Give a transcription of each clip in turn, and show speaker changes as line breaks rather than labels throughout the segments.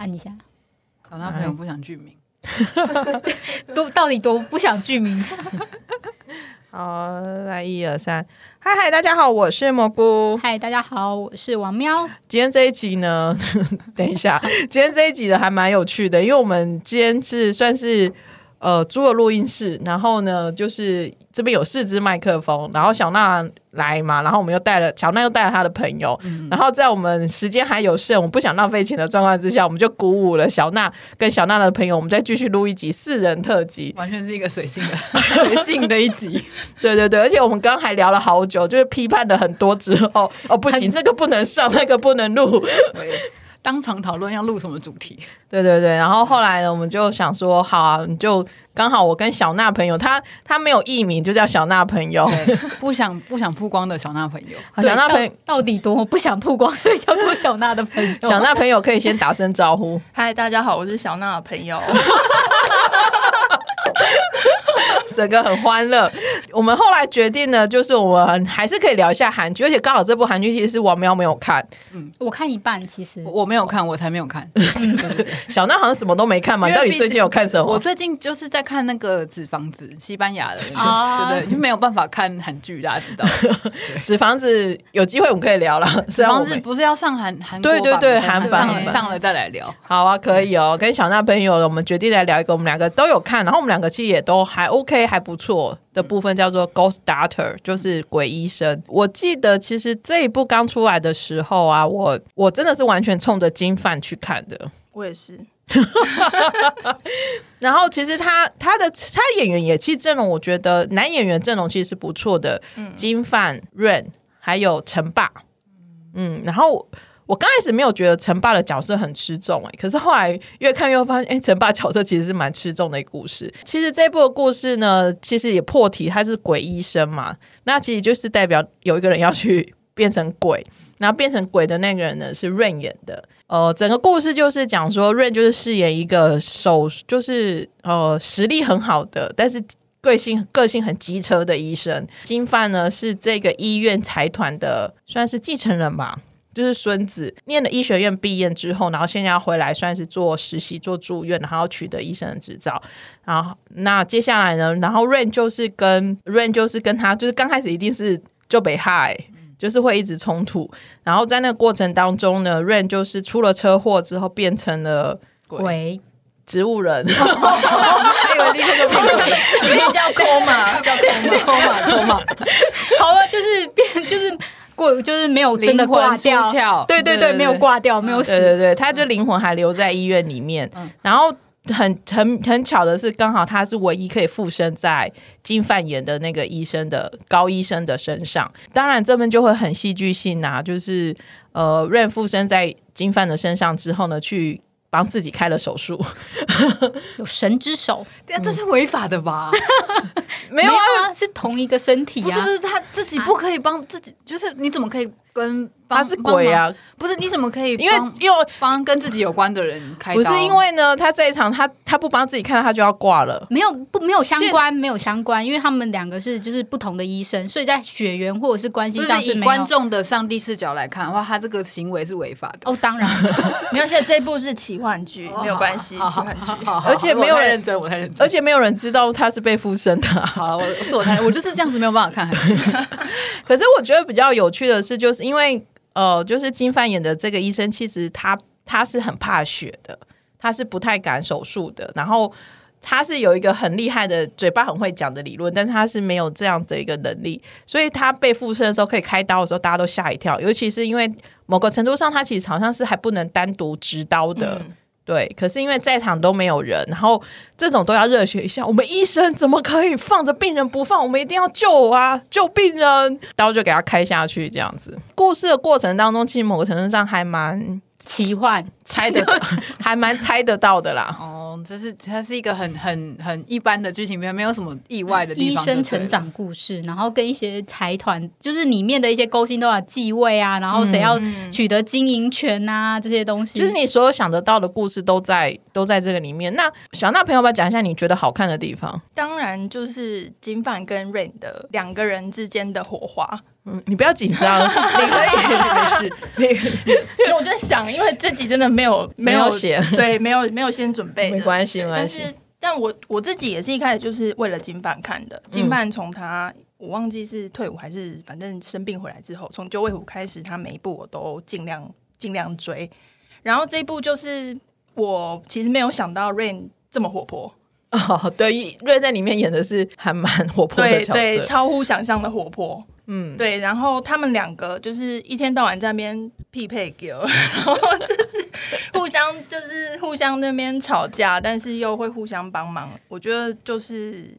按一下，
找到朋
哎
友不想具名，
多到底多不想具名？
好，来一二三，嗨嗨，大家好，我是蘑菇。
嗨，大家好，我是王喵。
今天这一集呢， 等一下，今天这一集的还蛮有趣的，因为我们今天是算是呃租了录音室，然后呢，就是这边有四支麦克风，然后小娜来嘛，然后我们又带了小娜又带了她的朋友，然后在我们时间还有剩，我们不想浪费钱的状况之下，我们就鼓舞了小娜跟小娜的朋友，我们再继续录一集四人特辑。
完全是一个随性的、 随性的一 集。
对对对，而且我们刚刚还聊了好久，就是批判了很多之后，哦不行，这个不能上，那个不能录。
当场讨论要录什么主题，
对对对，然后后来呢，我们就想说，好啊，你就刚好我跟小娜朋友，她她没有艺名，就叫小娜朋友。
对，不想不想曝光的小娜朋友，
好小娜朋
对到到底多么不想曝光， 所以叫做小娜的朋友。
小娜朋友可以先打声招呼。
嗨，大家好，我是小娜的朋友。
整个很欢乐。我们后来决定呢，就是我们还是可以聊一下韩剧，而且刚好这部韩剧其实是王喵没有看，
我看一半，其实
我我没有看，我才没有看。
小娜好像什么都没看嘛。你
因为
到底
毕
最近有看什
我
么？
最近就是在看那个《纸房子》，西班牙的，
啊
对对，就没有办法看韩剧，大家知道。
纸房子有机会我们可以聊了，纸
纸房子不是要上韩韩国
对对
版
对
吗
韩
上
版
了
韩版
上了再来聊。
好啊，可以哦。跟小娜朋友了，我们决定来聊一个我们两个都有看，然后我们两个其实也都还 OK，还不错的部分，叫做《Ghost Doctor》，就是鬼医生。我记得其实这一部刚出来的时候啊，我我真的是完全冲着金范去看的。
我也是，
然后其实他他的他演员也其实阵容，我觉得男演员阵容其实是不错的，金范润还有陈霸，嗯，然后。我刚开始没有觉得陈霸的角色很吃重、欸，可是后来越看越发现，哎、陈霸角色其实是蛮吃重的一个故事。其实这部的故事呢，其实也破题，他是鬼医生嘛，那其实就是代表有一个人要去变成鬼，然后变成鬼的那个人呢是润演的，呃，整个故事就是讲说，润就是饰演一个手，就是呃实力很好的，但是个性个性很机车的医生。金范呢是这个医院财团的算是继承人吧，就是孙子。念了医学院毕业之后，然后现在要回来算是做实习、做住院，然后取得医生的执照。然后那接下来呢，然后润就是跟润就是跟他就是刚开始一定是就被害。就是会一直冲突，然后在那个过程当中呢，Rain 就是出了车祸之后变成了
喂，
植物人， 还以为立刻就变成
所以 叫 c 嘛，叫 c
偷嘛偷嘛，
好了，就是变就是过就是没有真
灵
的挂
魂出
掉，
窍，
对对对，没有挂掉，没有
对
死。
对对，他就灵魂还留在医院里面。
嗯
然后很很很巧的是，刚好他是唯一可以附身在金范演的那个医生的高医生的身上。当然，这边就会很戏剧性啊，就是呃，润附身在金范的身上之后呢，去帮自己开了手术。
有神之手，
对，这是违法的 吧？
没
没有啊，
啊，是同一个身体
不是
啊
不。是，他自己不可以帮自己，就是你怎么可以跟帮
他是鬼？
帮忙
啊，
不是，你怎么可以帮？
因为因为
帮跟自己有关的人开刀？
不是因为呢，他这一场他他不帮自己看，他就要挂了。
没有不没有相
现
关，没有相关，因为他们两个是就是不同的医生，所以在血缘或者是关系
就
上
是
是
以
没有
观。众的上帝视角来看的话，他这个行为是违法的。
哦，当然，
没有，现在这一部是奇幻剧，没有关系，奇
好好
幻剧。
而且没有
我太
人
认真，我太认真。
而且没有人知道他是被附身的啊、
好，我是我太，我就是这样子没有办法看 韩剧。
可是我觉得比较有趣的是，就是因为呃，就是金范演的这个医生，其实他他是很怕血的，他是不太敢手术的，然后。他是有一个很厉害的嘴巴很会讲的理论，但是他是没有这样的一个能力，所以他被附身的时候可以开刀的时候，大家都吓一跳。尤其是因为某个程度上，他其实好像是还不能单独执刀的，
嗯
对。可是因为在场都没有人，然后这种都要热血一下。我们医生怎么可以放着病人不放？我们一定要救啊，救病人！刀就给他开下去，这样子。故事的过程当中，其实某个程度上还蛮
奇幻
猜 得，还蛮猜得到的啦。
哦，就是它是一个很很很一般的剧情片，没有什么意外的地
医
方。
生成， 长故事，然后跟一些财团，就是里面的一些勾心斗角、继位啊，然后谁要
嗯
取得经营权啊，这些东西。
嗯就是你所有想得到的故事都在都在这个里面。那小娜朋友，要不要讲一下你觉得好看的地方？
当然就是金范跟 Rain 的两个人之间的火花，
嗯你不要紧张， 你可以，没 事，
因为我在想，因为这集真的没有
没有写
对，没有没有先准备
你
的，
没关系，没关
但
系。
是，但我我自己也是一开始就是为了金范看
嗯
的。金范从他、我忘记是退伍还是反正生病回来之后，从九尾狐开始，他每一部我都尽量尽量追。然后这一部就是我其实没有想到 Rain 这么活泼，
哦，对，瑞在里面演的是还蛮活泼的
对
角
对，
色，
超乎想象的活泼。
嗯，
对，然后他们两个就是一天到晚在那边匹配 g 然后就是互相就是互相那边吵架，但是又会互相帮忙。我觉得就是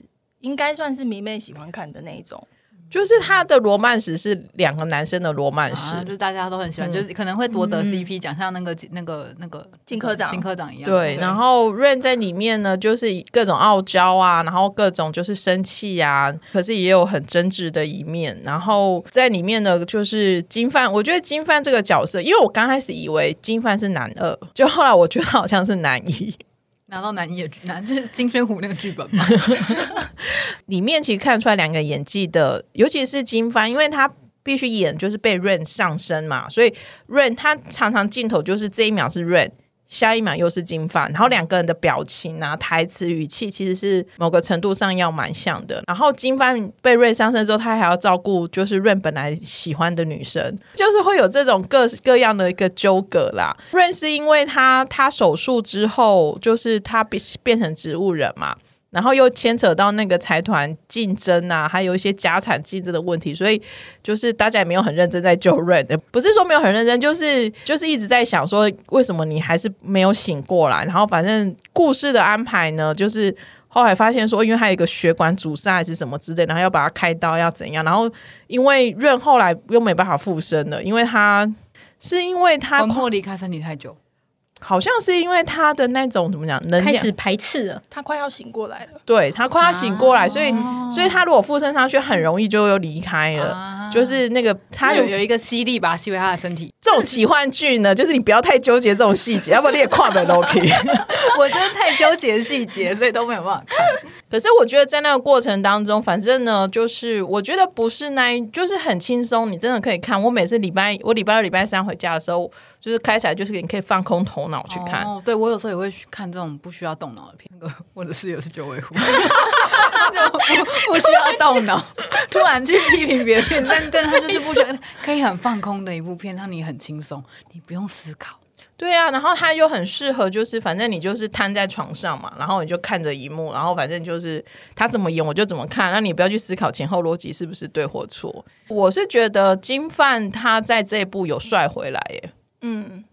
应该算是迷妹喜欢看的那一种。
就是他的罗曼史是两个男生的罗曼史，
啊，就大家都很喜欢，
嗯
就是可能会夺得 CP 奖，像那个那个那个
金科长
金科长一样。
对，然后 Rain 在里面呢，就是各种傲娇啊，然后各种就是生气啊，可是也有很真挚的一面。然后在里面呢，就是金范，我觉得金范这个角色，因为我刚开始以为金范是男二，就后来我觉得好像是男一。
拿到男一的男就是金宣虎那个剧本 嘛，
里面其实看出来两个演技的，尤其是金帆，因为他必须演就是被 Rain 上身嘛，所以 Rain 他常常镜头就是这一秒是 Rain。下一秒又是金范，然后两个人的表情啊、台词、语气，其实是某个程度上要蛮像的。然后金范被 Rain 上身之后，他还要照顾就是 Rain 本来喜欢的女生，就是会有这种各各样的一个纠葛啦。Rain 是因为他他手术之后，就是他变变成植物人嘛，然后又牵扯到那个财团竞争啊，还有一些家产竞争的问题，所以就是大家也没有很认真在救 Rain，的不是说没有很认真，就是就是一直在想说为什么你还是没有醒过来。然后反正故事的安排呢，就是后来发现说，因为他有一个血管阻塞还是什么之类，然后要把它开刀要怎样，然后因为 Rain 后来又没办法复生了，因为他是因为他
魂魄离开身体太久，
好像是因为他的那种怎么讲能
开
量
始排斥了。
他快要醒过来了，
对他快要醒过来，所以所以他如果附身上去，很容易就又离开了。
啊
就是那个他
他
有
有有一个吸力把它吸回他的身体。
这种奇幻剧呢，就是你不要太纠结这种细节，要不然你也跨不 Loki。
我真的太纠结细节，所以都没有办法看。
可是我觉得在那个过程当中，反正呢，就是我觉得不是那一，就是很轻松，你真的可以看。我每次礼拜我礼拜二、礼拜三回家的时候，就是开起来就是你可以放空头脑去看。
哦，对我有时候也会去看这种不需要动脑的片。那个我的室友是九尾 狐，就不不需要动脑，突然去批评别人 片，但但他就是不需要，可以很放空的一部片，让你很轻松，你不用思考。
对啊，然后它又很适合，就是反正你就是瘫在床上嘛，然后你就看着荧幕，然后反正就是他怎么演我就怎么看，那你不要去思考前后逻辑是不是对或错。我是觉得金范他在这一部有帅回来耶，
嗯。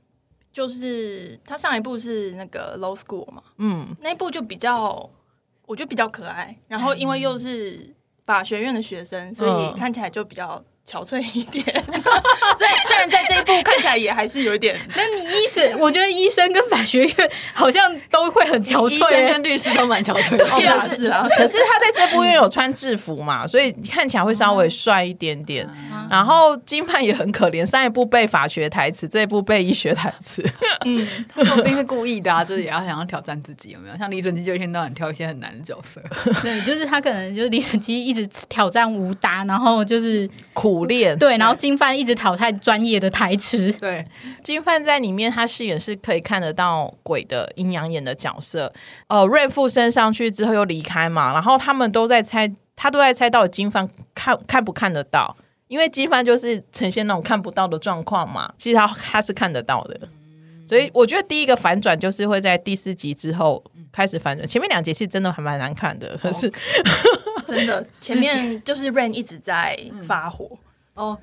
就是他上一部是那个《Low School》嘛，嗯，那一部就比较，我觉得比较可爱。然后因为又是法学院的学生，所
嗯
以看起来就比较憔悴一 点。所以虽然在这一部看起来也还是有一点
那你医生，我觉得医生跟法学院好像都会很憔
医
悴、
生跟律师都蛮憔 悴的。
哦
可
是啊，
可是他在这部因为有穿制服嘛，所以看起来会稍微帅一点点。然后金范也很可怜，上一部背法学台词，这一部背医学台词。
说不定是故意的、啊，就是也要想要挑战自己，有没有？像李准基就一天到晚挑一些很难的角色，
对，就是他可能就是李子基一直挑战武打，然后就是
苦练，
对，然后金范一直淘汰专业的台词。
对，
金范在里面，他饰演是可以看得到鬼的阴阳眼的角色。呃，瑞附身上去之后又离开嘛，然后他们都在猜，他都在猜到底金范看看不看得到，因为金范就是呈现那种看不到的状况嘛，其实他他是看得到的。所以我觉得第一个反转就是会在第四集之后开始反转，前面两集其实真的还蛮难看
哦
的，可是
真的，前面就是 Rain 一直在发火，
哦，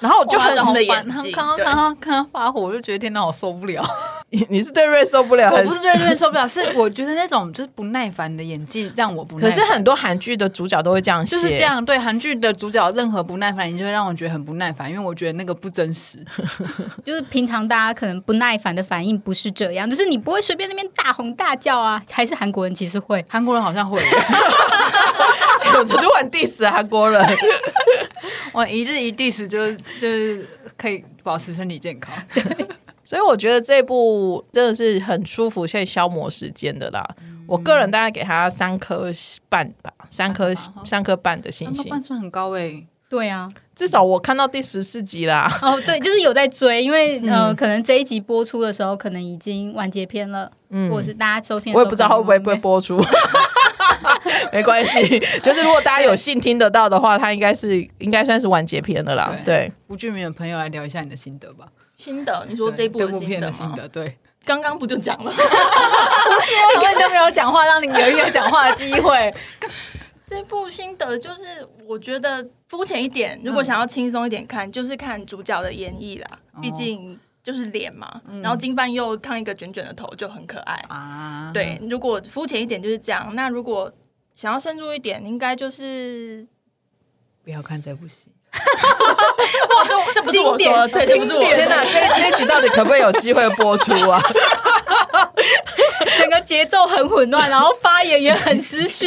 然后我就很
夸张的
烦
演
他
技
看到
对
看到看他发火，我就觉得天哪，我受不 了。
你你是对瑞受不了，
我
还
不是对认受不了， 是我觉得那种就是不耐烦的演技让我不耐
可
烦。
是很多韩剧的主角都会这样写，
就是这样，对韩剧的主角任何不耐烦，你就会让我觉得很不耐烦，因为我觉得那个不真 实。
就是平常大家可能不耐烦的反应不是这样，就是你不会随便那边大吼大叫啊，还是韩国人其实会。
韩国人好 像会，
我就很 diss 韩国人。
我一日一 diss 就是就是可以保持身体健 康。
所以我觉得这部真的是很舒服，可以消磨时间的啦。
嗯
我个人大概给他三颗半吧，三颗
三颗半
三颗半的星
那个
星
半，算很高诶、欸
对啊，
至少我看到第十四集啦。
哦，对，就是有在追，因为
嗯
呃，可能这一集播出的时候，可能已经完结篇了，或者是大家收听的时候，
嗯我也不知道会不会被
可能
播出， 没关系，就是如果大家有幸听得到的话，它应该是应该算是完结篇的啦。对，
吴俊明的朋友来聊一下你的心得吧。
心得，你说这一部
对
的
部片
心
的
得
心
吗？
得，嗯对，
刚刚不就讲了？
我根本就没有讲话，让你有一个讲话的机 会。
这部心得就是，我觉得肤浅一点，
嗯
如果想要轻松一点看，就是看主角的演绎啦，
哦
毕竟就是脸嘛。
嗯
然后金范又烫一个卷卷的头，就很可爱。
嗯
啊，
对，如果肤浅一点就是这样。那如果想要深入一点，应 该就是
不要看这部戏。
这这不是我说的，对，这不是我
天
说
哪，
的。
这这一集到底可不可以有机会播出 啊？
整个节奏很混乱，然后发言也很失 序。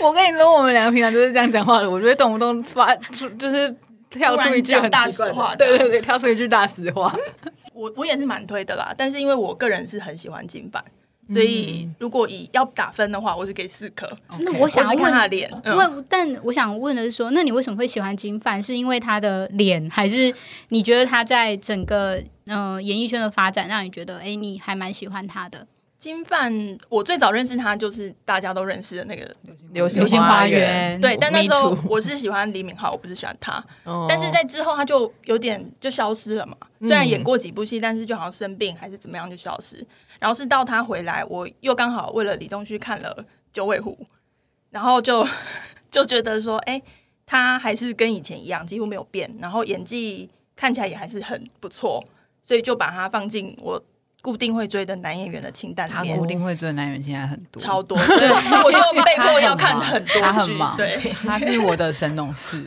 我跟你说，我们两个平常就是这样讲话的，我觉得动不动发出就是跳出一句很奇怪的
突然讲大实话
对对对，跳出一句大实话。
我我也是蛮推的啦，但是因为我个人是很喜欢金范，所以如果以要打分的话，我是给四颗。
那我嗯想
我
要
是看他的
问。
脸，嗯
问，但我想问的是说，那你为什么会喜欢金范？是因为他的脸，还是你觉得他在整个呃演艺圈的发展让你觉得，哎、你还蛮喜欢他的？
金范，我最早认识他就是大家都认识的那个，
流
流星花园
对。但那时候
Me too
我是喜欢李敏镐，我不是喜欢他。
哦
但是在之后他就有点就消失了嘛，
嗯
虽然演过几部戏，但是就好像生病还是怎么样就消失。然后是到他回来，我又刚好为了李东旭看了《九尾狐》，然后就就觉得说，哎、他还是跟以前一样，几乎没有变，然后演技看起来也还是很不错，所以就把他放进我固定会追的男演员的清单
他
里面
固。定会追的男人现在很多，
超多，所以所以我就被迫要看很多剧。
他很忙
对，
他是我的神农氏。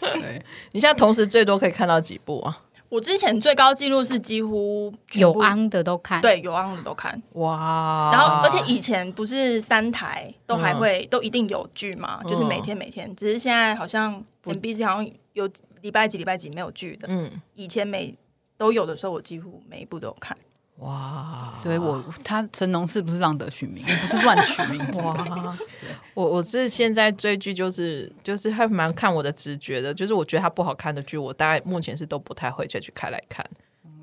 对，
你现在同时最多可以看到几部啊？
我之前最高纪录是几乎全
有
部，
安的都看，，
对有昂的都看。
哇！
然后，而且以前不是三台都还会、都一定有剧嘛，就是每天每天。只是现在好像 NBC 好像有礼拜几礼拜几没有剧的。
嗯，
以前每都有的时候，我几乎每一部都有看。
哇，
所以我他神农氏不是浪得虚名，不是乱取名字。
哇， 我我是现在追剧就是就是还蛮看我的直觉的，就是我觉得它不好看的剧，我大概目前是都不太会再去开来看。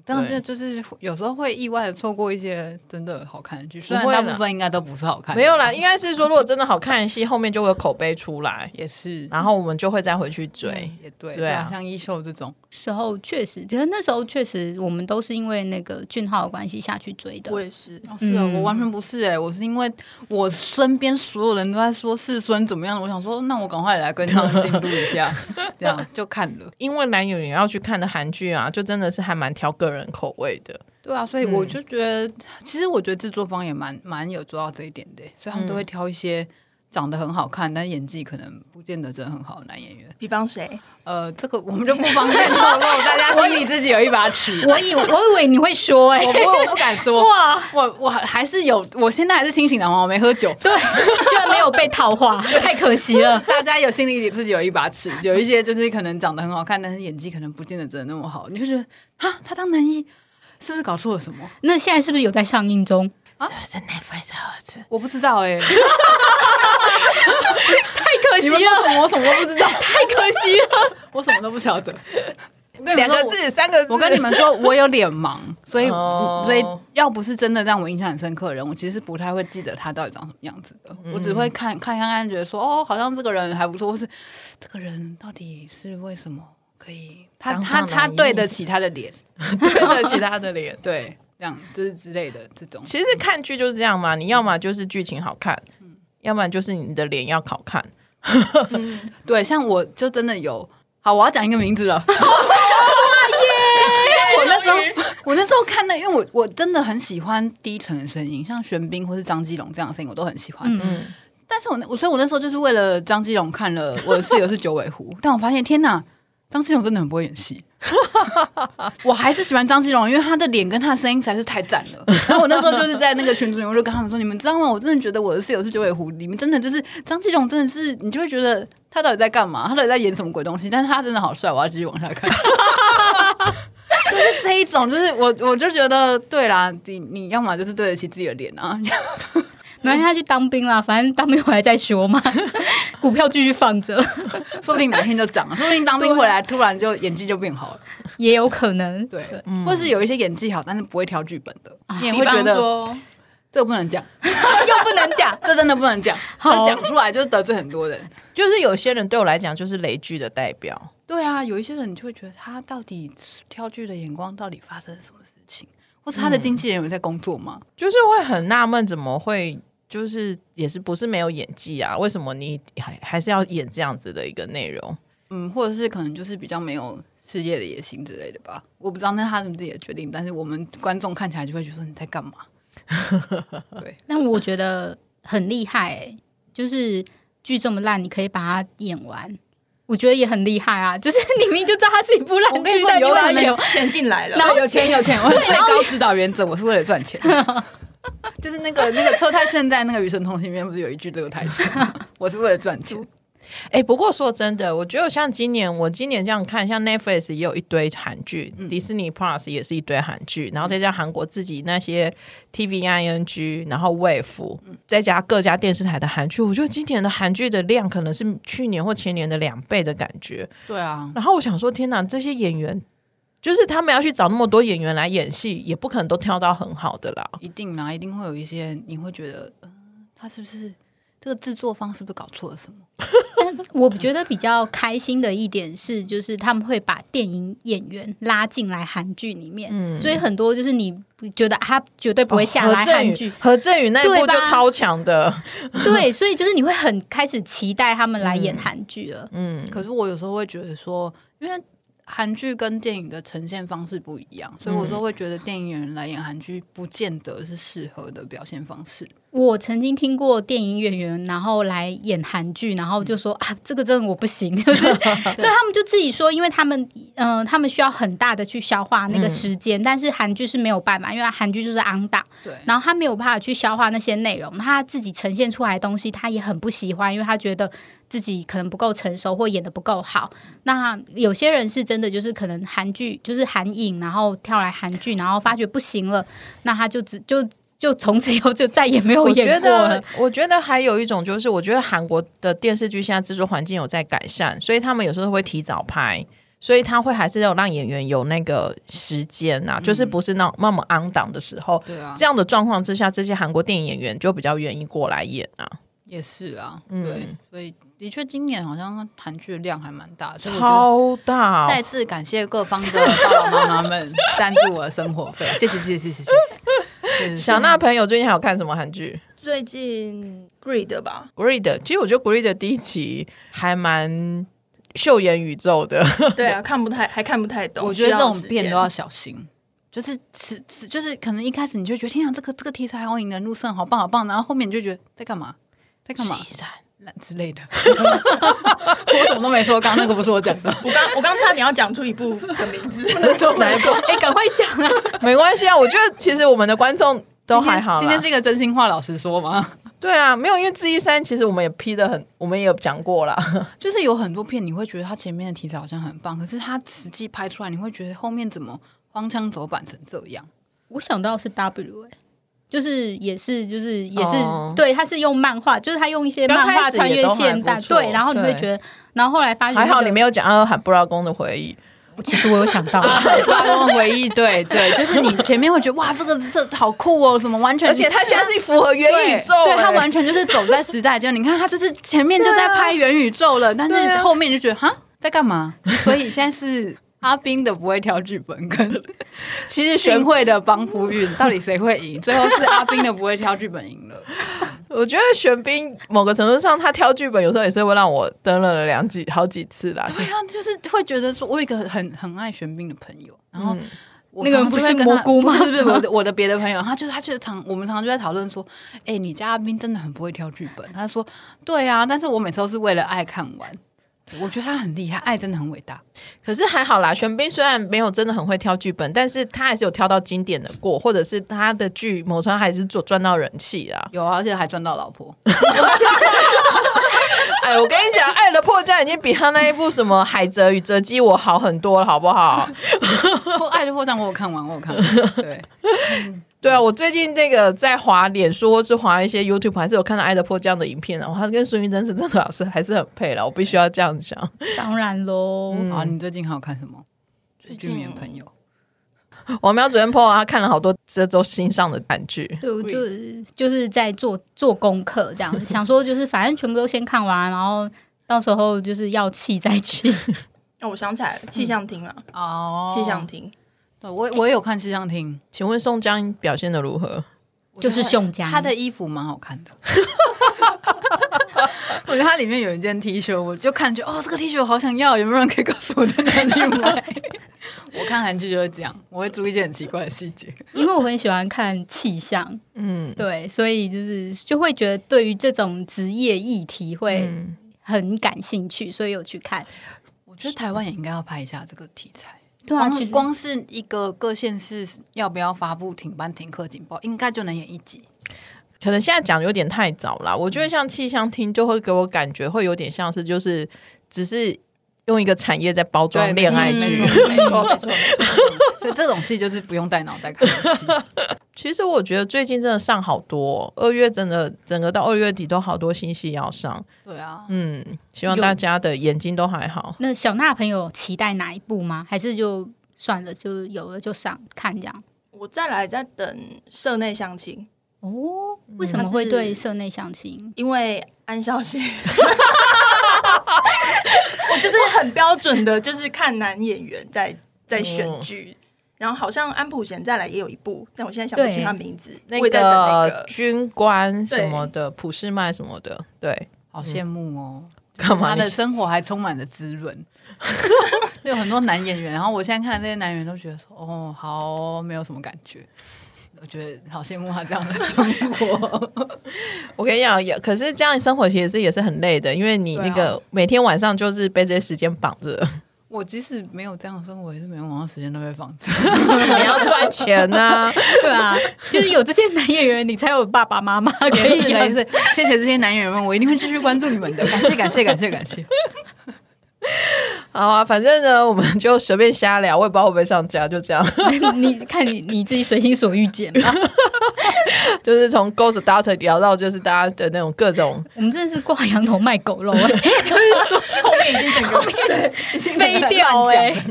但是就是有时候会意外的错过一些真的好看的剧，虽然
不会
大
啦
部分应该都不是好看的，
没有啦，应该是说如果真的好看的戏，后面就会有口碑出来，
也是
然后我们就会再回去追。
也对
啊对啊
像一秀这种，
时候确实，其实那时候确实我们都是因为那个俊浩的关系下去追的。
我也是，
哦是啊，
嗯
我完全不是哎、我是因为我身边所有人都在说世孙怎么样，我想说那我赶快来跟他们进入一下，这样就看了。
因为男演员要去看的韩剧啊，就真的是还蛮挑个人口味的。
对啊，所以我就觉得，其实我觉得制作方也蛮蛮有做到这一点的，欸所以他们都会挑一些长得很好看，但演技可能不见得真的很好的男演员。
比方谁？
呃，这个我们就不方便透露，大家心里自己有一把尺。
我以我以为你会说、
我
哎，
不，我不敢说。哇，我我还是有，我现在还是清醒的嘛，我没喝酒。
对， 居然没有被套话， 太可惜了。
大家有心里自己有一把尺， 有一些就是可能长得很好看，但是演技可能不见得真的那么好，你就觉得啊，他当男一是不是搞错了什么？
那现在是不是有在上映中？
是不是 Netflix 好吃？
我不知道哎、
太可
你
惜
们说
了，
什么我什么都不知道，
太可惜了。
我什么都不晓得。我跟你
两
们说
个，字，三个字。
我我跟你们说，我有脸盲，所 以、
哦
所以要不是真的让我印象很深刻的人，我其实不太会记得他到底长什么样子的。我只会看看看看，觉得说哦，好像这个人还不错，或是这个人到底是为什么可以他
当
他
上
他
男一
对得起他的脸，
对得起他的脸。
对，这样就是之类的这种。
其实看剧就是这样嘛，你要么就是剧情好看，要不然就是你的脸要好看。
对，像我就真的有，好，我要讲一个名字 了。我那时候，我那时候看的，因为我我真的很喜欢低沉的声音，像玄彬或是张基龙这样的声音，我都很喜欢。
嗯，
嗯，
但是我那我所以，我那时候就是为了张基龙看了我的室友是九尾狐， 但我发现天哪，张基龙真的很不会演戏。 我还是喜欢张基龙，因为他的脸跟他的声音实在是太赞了。 然后我那时候就是在那个群组里面，我就跟他们说：“你们知道吗？我真的觉得我的室友是九尾狐，你们真的就是张基龙，真的是你就会觉得他到底在干嘛？他到底在演什么鬼东西？但是他真的好帅，我要继续往下看。 就是这一种，就是我我就觉得对啦，你你要么就是对得起自己的脸啊，
没关系，他去当兵啦，反正当兵回来再说嘛， 股票继续放 着
说不定哪天就涨了，说不定当兵回来突然就演技就变好了，
也有可能。
啊对，啊或是有一些演技好但是不会挑剧本的，你也
你
会觉得
说
这个不能 讲，
又不能讲，
这真的不能讲，
好
他讲出来就得罪很多人。
就是有些人对我来讲就是雷剧的代表，
对啊，有一些人你就会觉得他到底挑剧的眼光到底发生了什么事情，或是他的经纪人有在工作吗？
就是会很纳闷怎么会。就是也是不是没有演技啊？为什么你还还是要演这样子的一个内容？
嗯，或者是可能就是比较没有事业的野心之类的吧。我不知道那是他们自己的决定，但是我们观众看起来就会觉得说你在干嘛？
但我觉得很厉害、欸，就是剧这么烂，你可以把它演完。我觉得也很厉害啊，就是你明明就知道它是一部烂
我跟
剧，
你说
但你
有
把它
可能
演完
有啊钱进来了，
然后有钱有钱，我的最高指导原则我是为了赚 钱。就是那个那个车太炫在那个《与神同行》里面不是有一句这个台词 吗？我是为了赚钱，
哎、不过说真的，我觉得像今年，我今年这样看，像 Netflix 也有一堆韩剧，迪士尼 Plus 也是一堆韩剧，然后再加韩国自己那些 TVING，然后 Wave，再加各家电视台的韩剧，我觉得今年的韩剧的量可能是去年或前年的两倍的感觉。
对啊，
然后我想说，天哪，这些演员。就是他们要去找那么多演员来演戏，也不可能都挑到很好的啦。
一定啊啦，一定会有一些你会觉得，嗯、他是不是这个制作方是不是搞错了什么？
但我觉得比较开心的一点是，就是他们会把电影演员拉进来韩剧里面，所以很多就是你觉得啊他绝对不会下来
嗯哦何振
韩
宇
剧，
何振宇那一
对
部就
吧
超 强的，
对，所以就是你会很开始期待他们来演韩剧了。
嗯，
可是我有时候会觉得说，因为韩剧跟电影的呈现方式不一样，所以我都会觉得电影演员来演韩剧不见得是适合的表现方式。
我曾经听过电影演员，然后来演韩剧，然后就说啊，这个真的我不行，就是对他们就自己说，因为他们嗯、呃他们需要很大的去消化那个时间，但是韩剧是没有办法，因为韩剧就是昂档，
对，
然后他没有办法去消化那些内容，他自己呈现出来的东西他也很不喜欢，因为他觉得自己可能不够成熟或演的不够好。那有些人是真的就是可能韩剧就是韩影，然后跳来韩剧，然后发觉不行了，那他就只就就从此以后就再也没有
我
演
觉
过
得
了。，
我觉得还有一种就是，我觉得韩国的电视剧现在制作环境有在改善，所以他们有时候会提早拍，所以他会还是要让演员有那个时间呐、就是
嗯
不是那种那么昂档的时候。
对啊，
这样的状况之下，这些韩国电影演员就比较愿意过来演啊，
也是啊，
嗯
对，所以的确今年好像韩剧的量还蛮大的，所以我觉得
超大哦
再次感谢各方的爸爸妈妈 们赞助我的生活费，谢谢谢谢谢谢谢谢对。
小娜朋友最近还有看什么韩剧
最近 Greed 吧，
？Greed，其实我觉得 Greed 第一集还蛮秀妍宇宙的，
对啊，看不太还看不太懂，
我觉得这种
变
变都要小心。就是只只就是可能一开始你就觉得天啊，这个这个题材好引人入胜，好棒好棒，然后后面你就觉得在干嘛，在干嘛烂之类的。 我什么都没说，刚刚那个不是我讲的。
我刚我刚差点要讲出一部的名字，
哪一种？
哎，赶快讲啊！
没关系啊，我觉得其实我们的观众都
今天
还好啦
今天是一个真心话，老实说吗？
对啊，没有，因为《智一三》其实我们也批的很，我们也有讲过 啦。
就是有很多片，你会觉得它前面的题材好像很棒，可是它实际拍出来，你会觉得后面怎么荒腔走板成这样？
我想到是 W 哎、就是也是就是也是、
哦
对，他是用漫画，就是他用一些
刚
漫
开
画
始
穿
也
越
都还
现
不
代，
错
对，然后你会
对
觉得，然后后来发现、
还好你没有讲啊到喊布拉宫的回忆，
有，其实我有想 到，
八公啊回忆，对对，就是你前面会觉得哇，这个这好酷哦，什么完全，
而且他现在是符合元
对
宇宙、
对
欸
他完全就是走在时代间。你看他就是前面就在拍元宇宙了，但
对
是
啊
后面就觉得哈在干嘛？所以现在是。阿斌的不会挑剧本，跟
其
是
实选
巡，会的帮扶运，到底谁会赢？最后是阿斌的不会挑剧本赢了。
我觉得玄彬某个程度上，他挑剧本有时候也是会让我登了了两几好几次啦。
对啊，就是会觉得说，我有一个很很爱玄彬的朋友，然后
嗯
我
那个
常常
不
就会
是
跟
蘑
他
菇吗
不是不是，我的我的别的朋友，他就是他就常我们常常就在讨论说，哎、你家阿斌真的很不会挑剧本。他说，对啊，但是我每次都是为了爱看完。我觉得他很厉害，爱真的很伟大。
可是还好啦，玄彬虽然没有真的很会挑剧本，但是他还是有挑到经典的过，或者是他的剧某程度还是做赚到人气啊。
有啊，而且还赚到老婆。
哎，我跟你讲，《爱的迫降》已经比他那一部什么《海泽与折姬》我好很多了，好不好？
我爱的迫降我有看完，我有看完。对，
对啊，我最近那个在滑脸书或是滑一些 YouTube，还是有看到爱德坡这样的影片然后他跟孙玉珍是真的老师还是很配了，我必须要这样讲。
当然喽，
嗯
啊，你最近还有看什么？
最
剧迷的朋友，
王喵昨天 PO 啊他看了好多这周新上的韩剧，
对，我就是就是在做做功课，这样想说就是反正全部都先看完，然后到时候就是要气再 去。
哦，我想起来了，气象厅啊了，
哦
气象厅。
对我我也有看气象厅，
请问宋江表现的如何？
就是宋佳
他的衣服蛮好看的。 我觉得它里面有一件 T 恤，我就看就哦，这个 T 恤我好想要，有没有人可以告诉我在哪里买？ 我看韩剧就是这样，我会注意一些很奇怪的细节。
因为我很喜欢看气象，
嗯，
对，所以就是就会觉得对于这种职业议题会
嗯
很感兴趣，所以有去看。
我觉得台湾也应该要拍一下这个题材。
对啊，其实
光光是一个各县市要不要发布停班停课警报，应该就能演一集。
可能现在讲有点太早了。我觉得像气象厅就会给我感觉会有点像是就是只是用一个产业在包装
对
恋爱
没错
剧。
没错，没错，没错。
所以这种戏就是不用带脑袋看的 戏。
其实我觉得最近真的上好多哦、二月真的整个到二月底都好多新戏要上。
对啊，
嗯，希望
有
大家的眼睛都还好。
那小娜朋友期待哪一部吗？还是就算了，就有了就上看这样？
我再来在等社内相亲，
哦，为什么会
它是
对社内相亲？
因为安孝 燮，我就是很标准的，就是看男演员在在选剧。然后好像安普贤再来也有一部，但我现在想不起
对
他名字。
那
我也在等那
个
个，
军官什么的，普世麦什么的， 对，
好羡慕哦！
干嘛
他
你
的生活还充满了滋 润，有很多男演员。然后我现在看这些男演员都觉得说，哦，好哦没有什么感觉。我觉得好羡慕他这样的生活。
我跟你讲，也可是这样生活其实也是很累的，因为你
对啊
那个每天晚上就是被这些时间绑着，
我即使没有这样的生活，也是每天晚上时间都被放着。
你要赚钱呐、
对啊，就是有这些男演员，你才有爸爸妈妈可
也
以啊
是的， 也是。谢谢这些男演员们，我一定会继续关注你们的。感谢，感谢，感谢，感谢。
好啊，反正呢，我们就随便瞎聊，我也不知道会不会上架，就这样。
你看你你自己随心所欲剪 吧。
就是从 Ghost Data 聊到就是大家的那种各种，
我们真的是挂羊头卖狗 肉、欸，就是说
后面已经整个
飞掉哎、
哎、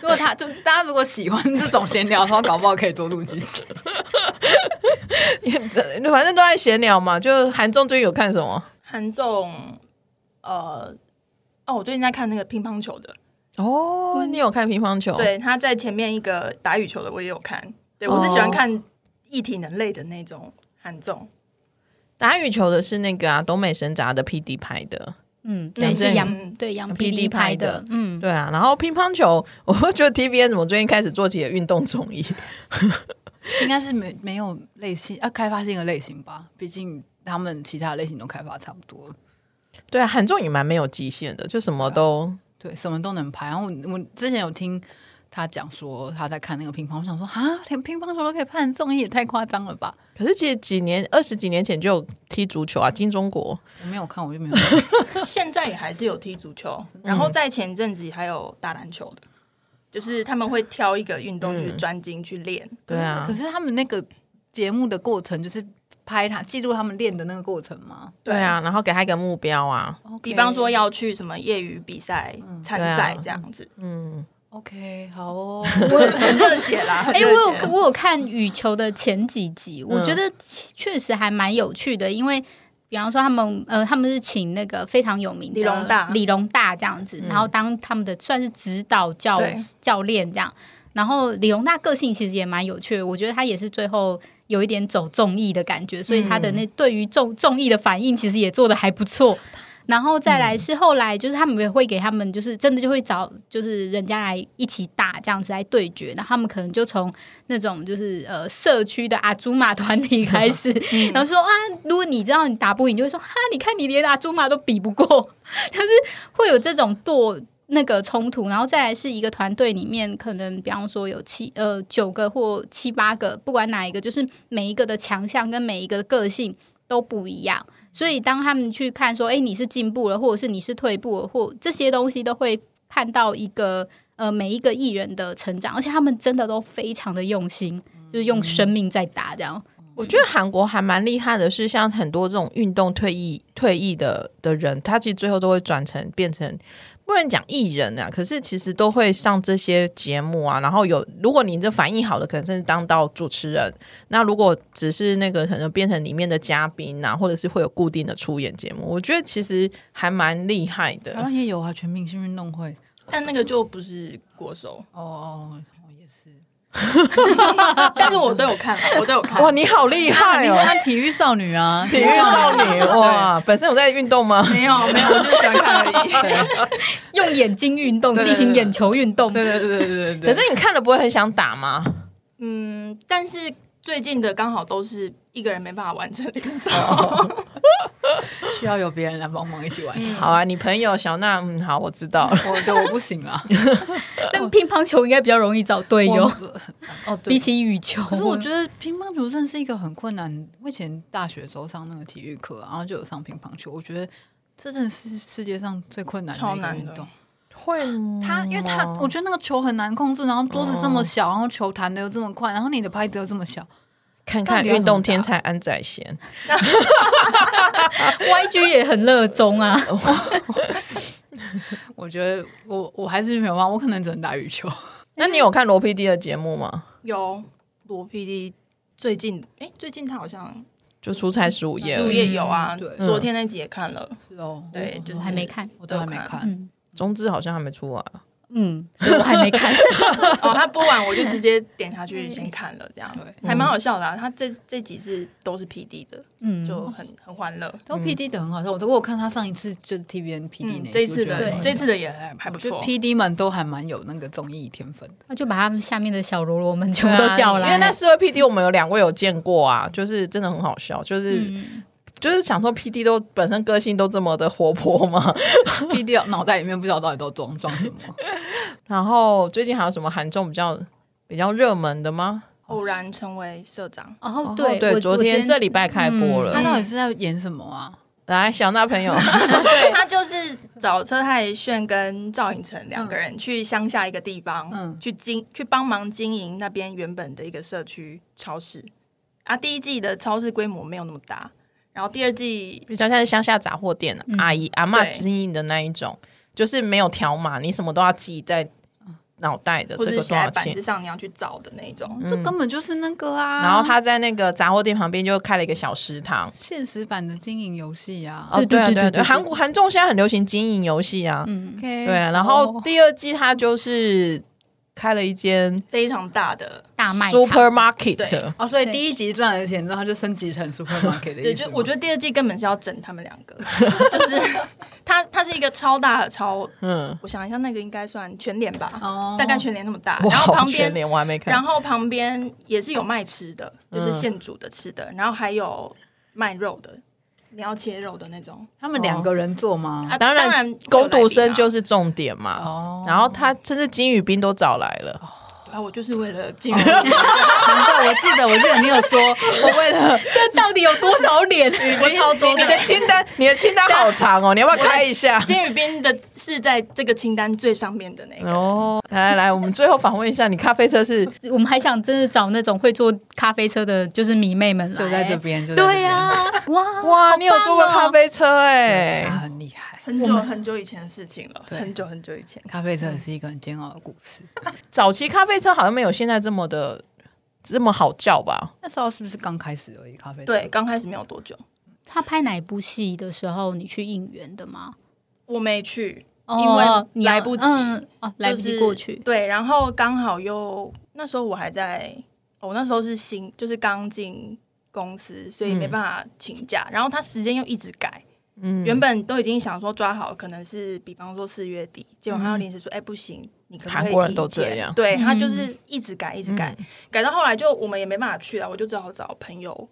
如果他就大家如果喜欢这种闲聊的话，搞不好可以多录几集。
反正都在闲聊嘛。就韩仲最近有看什么？
韩总，呃，哦，我最近在看那个乒乓球的，
哦，你有看乒乓球？，
对，他在前面一个打羽球的我也有看，对我是喜欢看一体能类的那种韩综，
打羽球的是那个啊，东美神闸的 PD 拍的。
嗯，
杨
对，
振
是杨
宁
对杨
杨
霹
PD
雳
拍
拍
的
的，嗯，
对啊，然后乒乓球，我会觉得 TVN 怎么最近开始做起了运动综艺？
应该是没没有类型啊，开发性的类型吧，毕竟他们其他类型都开发差不多了。
对啊，韩仲也蛮没有极限的，就什么都。
对，什么都能拍。然后我我之前有听他讲说他在看那个乒乓，我想说啊，连乒乓球都可以拍成综艺，也太夸张了吧！
可是其实几年、二十几年前就有踢足球啊，金钟国。
我没有看，我就没有
现在也还是有踢足球，然后在前阵子还有打篮球的，就是他们会挑一个运动去专精去练。
对啊
可，是他们那个节目的过程就是拍他记录他们练的那个过程吗？
对啊，然后给他一个目标啊。
比方说要去什么业余比赛参赛这样子，
嗯，
OK，好哦，
很热血啦。
哎、
哎，
我有我有看羽球的前几集，我
嗯
觉得其确实还蛮有趣的，因为比方说他们呃，他们是请那个非常有名的
李荣大嗯
李荣大这样子，然后当他们的算是指导教
对
教练这样。然后李荣大个性其实也蛮有趣的，我觉得他也是最后有一点走综艺的感觉，所以他的那对于综综艺的反应其实也做的还不错。然后再来是后来，就是他们也会给他们，就是真的就会找，就是人家来一起打这样子来对决。然后他们可能就从那种就是呃社区的阿祖玛团体开始，然后说啊，如果你知道你打不赢，就会说哈、你看你连阿祖玛都比不过， 就是会有这种剁那个冲突。然后再来是一个团队里面，可能比方说有七呃九个或七八个，不管哪一个，就是每一个的强项跟每一个的个性都不一样。所以当他们去看说，哎、你是进步了，或者是你是退步了，或这些东西都会
嗯
看到一个呃每一个艺人的成长，而且他们真的都非常的用心。就是用生命在打这样。
我觉得韩国还蛮厉害的是，像很多这种运动退役退役的的人，他其实最后都会转成变成。不能讲艺人啊，可是其实都会上这些节目啊。然后有，如果你这反应好的，可能甚至当到主持人；那如果只是那个，可能变成里面的嘉宾啊，或者是会有固定的出演节目。我觉得其实还蛮厉害的。
台湾也有啊，全明星运动会。
但那个就不是国手，
哦哦，我也是。
但是我都有看，我都有看。
哇，你好厉 害
你
哦！
看体育少女啊，
体育少女哇，本身有在运动吗？
没有没有，我就是喜欢看而已。
用眼睛运动
对对
进行
对
眼球运动，
对对对对对对对。
可是你看了不会很想打吗？
嗯，但是最近的刚好都是一个人没办法完成的 运动。
需要有别人来帮忙一起完 成。
好啊，你朋友小娜，嗯，好，我知道 了。
我对我不行啊，
但乒乓球应该比较容易找
哎
队友，
哦，
比
对。
起羽球。
可是
嗯
我觉得乒乓球真的是一个很困难。我以前大学的时候上那个体育课，然后就有上乒乓球，我觉得这真的是世界上最困难的
超
一个
难的嗯
运动。
会
它因为它，我觉得那个球很难控制，然后桌子这
哦
么小，然后球弹的又这么快，然后你的拍子又这么小，
看
到
看
底要
运
怎么
动天才安宰贤，
得 YG 也很热衷啊，
我觉得我我还是没有办法，我可能只能打羽球。
那你有看罗 PD 的节目吗？
有罗 PD 最近，哎、最近他好像
就出差十五夜
十
而
五
已，
夜有啊，
嗯对
昨天那集也看了，
是哦，
对，就是
我还没看。
我都还没
都有看
看。
嗯
中资好像还没出啊来。
嗯，所以我还没看。
哦，他播完我就直接点下去先看了，这样
对
还蛮好笑的、啊。他这这几是都是 PD 的，
嗯，
就很很欢乐。
都 PD 的很好笑，我都我有看他上一次就是 TVN PD
嗯
那，
这一
我
次
觉得
对
的
很
这次的也还还不
就
错。
PD 们都还蛮有那个综艺天分的。
那就把他们下面的小喽啰们全部都叫来，
啊因为那四位 PD 我们有两位有见过啊，就是真的很好笑，就是、
嗯
就是想说 PD 都本身个性都这么的活泼嘛，
PD 脑袋里面不知道到底都装装什么，
然后最近还有什么韩综比较比较热门的吗？
偶然成为社长，
哦，
哦
对
对，
我嗯
昨天这礼拜开
嗯
播了，
他到底是在演什么啊？
来小娜朋 友，
他就是找车太炫跟赵寅成两个人去乡下一个地方，
嗯
去经去帮忙经营那边原本的一个社区超市。啊，第一季的超市规模没有那么大，然后第二季
比较像是乡下杂货店、
嗯
阿姨阿嬷
对
经营的那一种，就是没有条码，你什么都要记在脑袋的，
或
这
者
个
是写
多
在
少
板子
钱？
上你要去找的那一种，
这根本就是那个啊！
然后他在那个杂货店旁边就开了一个小食堂，
现实版的经营游戏啊
哦，
对
啊
对
对
对对
啊
对
啊韩国韩综现在很流行经营游戏啊，
嗯，
，OK，哦
对啊。然后
哦
第二季他就是开了一间
非常大的。
大卖场
supermarket，
对
哦，所以
对
第一集赚了钱之后，他就升级成 supermarket 的
对，
意思
就
吗。
我觉得第二季根本是要整他们两个，就是 它它是一个超大的超，
嗯，
我想一下，那个应该算全脸吧，
哦
大概全脸那么大，
哇
然后旁
全
边
脸我还没看，
然后旁边也是有卖吃的，就是
嗯
现煮的吃的，然后还有卖肉的，你要切肉的那种。
他们两个人做吗？
啊，
当
当
然
然，
龚读生就是是重点嘛。
哦，
然后他甚至金宇彬都找来了，
啊，我就是为了进入，
难
啊
怪我记得，我记得你有 说，我为了
这到底有多少脸？
我超多
你的
的。
清单，你的清单好长哦，你要不要开一下？
金宇彬的是在这个清单最上面的那个，
哦，来来来，我们最后访问一下，你咖啡车是
我们还想真的找那种会坐咖啡车的，就是迷妹们来
就在这。边，就在这边
对呀，哇 哦
哇，你有坐过咖？啡车
对
哎
他，很厉害。
很久很久以前的事情了，
对
很久很久以前。
咖啡真的是一个很煎熬的故事。
早期咖啡车好像没有现在这么的这么好叫吧？
那时候是不是刚开始而已？咖啡
对，，刚开始没有多久，
他拍哪一部戏的时候，你去应援的吗？
我没去，
哦
因为
你要
来不及
嗯哦，来不
就
及
是
过去。
对，然后刚好又那时候我还在，我、那时候是新，就是刚进公司，所以没
嗯
办法请假。然后他时间又一直改，
嗯，
原本都已经想说抓好，可能是比方说四月底，结果他又临时说，哎、不行，你可不可以
韩国人
提
都这
前
样
对他
嗯
就是一直改，一直改，改到后来就我们也没办法去了，啊我就只好找朋友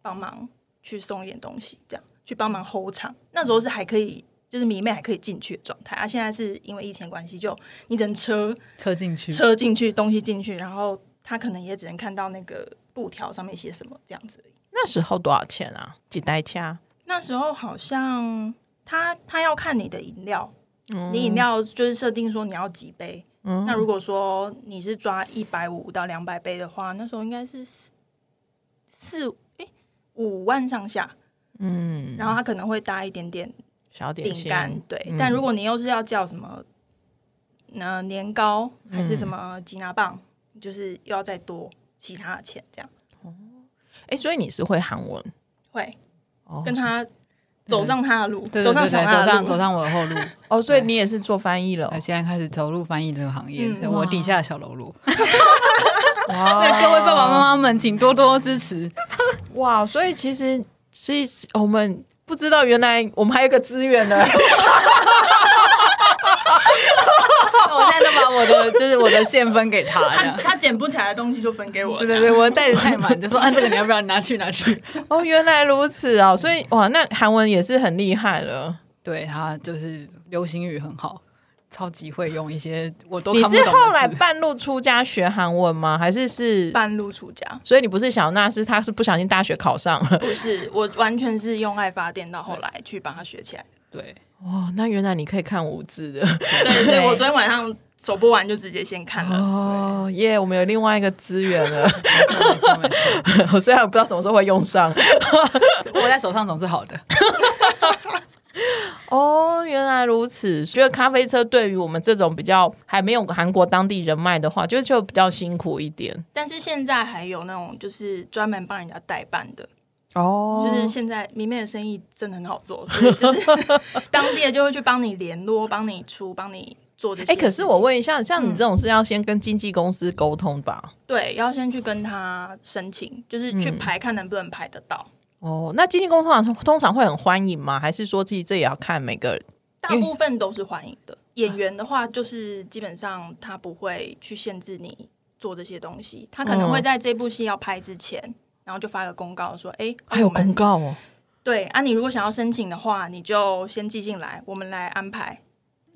帮忙去送一点东西，这样去帮忙 hold 场。那时候是还可以。就是迷妹还可以进去的状态，啊，现在是因为疫情关系，就你只能车
车进去，
车进去，东西进去，然后他可能也只能看到那个布条上面写什么这样子而已。
那时候多少钱啊？几代掐？
那时候好
哦
像他他要看你的饮料，你饮料就是设定说你要几杯，
嗯
那如果说你是抓一百五到两百倍的话，那时候应该是四四诶五万上下，
嗯，
然后它可能会搭一点点
小点
饼
心
干，对。
嗯
但如果你又是要叫什么，呃，年糕还是
嗯
什么吉拿棒，就是又要再多其他的钱这样。
哎，所以你是会韩文
会
哦
跟他走上他的路，
对
走
对
上
对
小
对，
他
走
的
上
路，
走上我的后 路。
哦，所以你也是做翻译了哦
那现在开始投入翻译这个行业，
嗯
是我底下的小喽啰。
哇
对各位爸爸妈妈们，请多多支持。
哇，所以其实是是我们不知道，原来我们还有一个资源 呢。
我现在都把我的就是我的线分给他，这 样。
他捡不起来的东西就分给我。
对对对，我袋子太满，就说啊，这个你要不要拿去拿去？
哦，原来如此哦，所以哇，那韩文也是很厉害了。
对他就是流行语很好，超级会用一些我都
你
看不
是
懂的
后来
字
半路出家学韩文吗？还是是？
半路出家
所以你不是小娜，是她是不小心大学考上了。
不是，我完全是用爱发电到后来去把它学起来。
对
哦，那原来你可以看无字的
对，所以我昨天晚上首播完就直接先看 了。
哦，耶！我们有另外一个资源了，
没错没错没错
我虽然不知道什么时候会用上。
握在手上总是好 的。
哦，原来如此。觉得咖啡车对于我们这种比较还没有韩国当地人脉的话，就就比较辛苦一点。
但是现在还有那种就是专门帮人家代办的，
哦
就是现在明媚的生意真的很好做，所以就是当地的就会去帮你联络、帮你出、帮你做这些事
哎、
情。
可是我问一下，像你这种是要先跟经纪公司沟通吧？
对，要先去跟他申请，就是去排看能不能排得到。
哦，那经纪公司通常通常会很欢迎吗？还是说其实这也要看每个
大部分都是欢迎的。演员的话，就是基本上他不会去限制你做这些东西，他
嗯
可能会在这部戏要拍之前，然后就发个公告说：“哎、啊
还有
我们
公告哦？
对啊，你如果想要申请的话，你就先寄进来，我们来安排。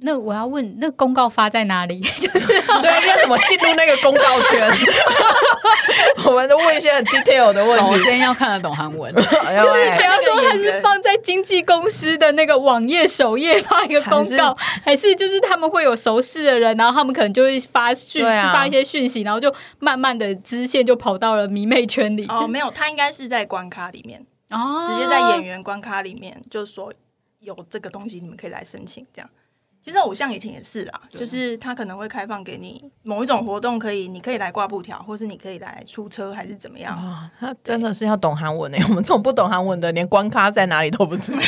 那我要问，那公告发在哪里？就是
对，要怎么进入那个公告 圈？我们都问一些很 detail 的问
首
题。
先要看得懂韩 文，
哎呦喂
不要啊说它是放在经纪公司的那个网页首页发一个公告，还是就是他们会有熟识的人，然后他们可能就会发讯、
对啊
发一些讯息，然后就慢慢的支线就跑到了迷妹圈里，
哦，没有，他应该是在关卡里面，
哦
直接在演员关卡里面，就说有这个东西，你们可以来申请。这样，其实偶像以前也是啦，
啊
就是他可能会开放给你某一种活动，可以你可以来挂布条，或是你可以来出车，还是怎么样。
啊，他真的是要懂韩文呢、欸 我们这种不懂韩文的，连关卡在哪里都不知道。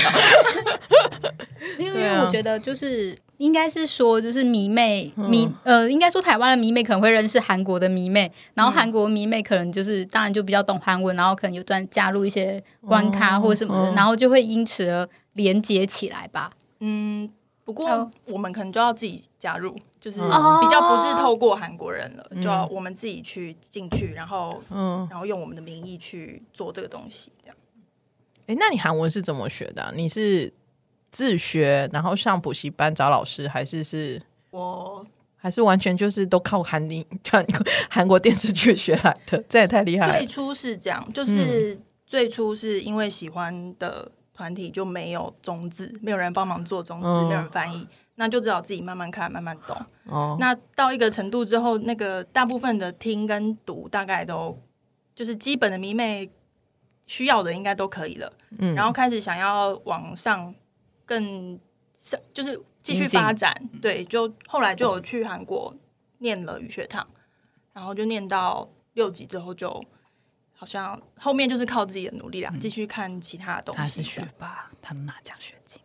因为
对
因为
啊
我觉得就是。应该是说，就是迷妹迷、呃，应该说台湾的迷妹可能会认识韩国的迷妹，然后韩国迷妹可能就是、当然就比较懂韩文，然后可能有专加入一些关卡或什么的，然后就会因此而连接起来吧。
嗯，不过
哦
我们可能就要自己加入，就是
哦
比较不是透过韩国人了，就要我们自己去进去，然后
嗯，
然后用我们的名义去做这个东西，这样。
哎、那你韩文是怎么学的啊、你是自学，然后上补习班找老师，还是是
我
还是完全就是都靠韩英 韩韩国电视剧学来的？这也太厉害
最
了！
初是这样，就是嗯最初是因为喜欢的团体就没有中字，没有人帮忙做中字，
嗯
没有人翻译，那就只好自己慢慢看，慢慢懂。
哦，
那到一个程度之后，那个大部分的听跟读大概都就是基本的迷妹需要的应该都可以了，
嗯
然后开始想要往上更上，就是继续
精进嗯
发展，对，就后来就有去韩国念了语学堂，然后就念到六级之后就。好像后面就是靠自己的努力啦，继续看其他的东西。
嗯他是学霸，他拿奖学金。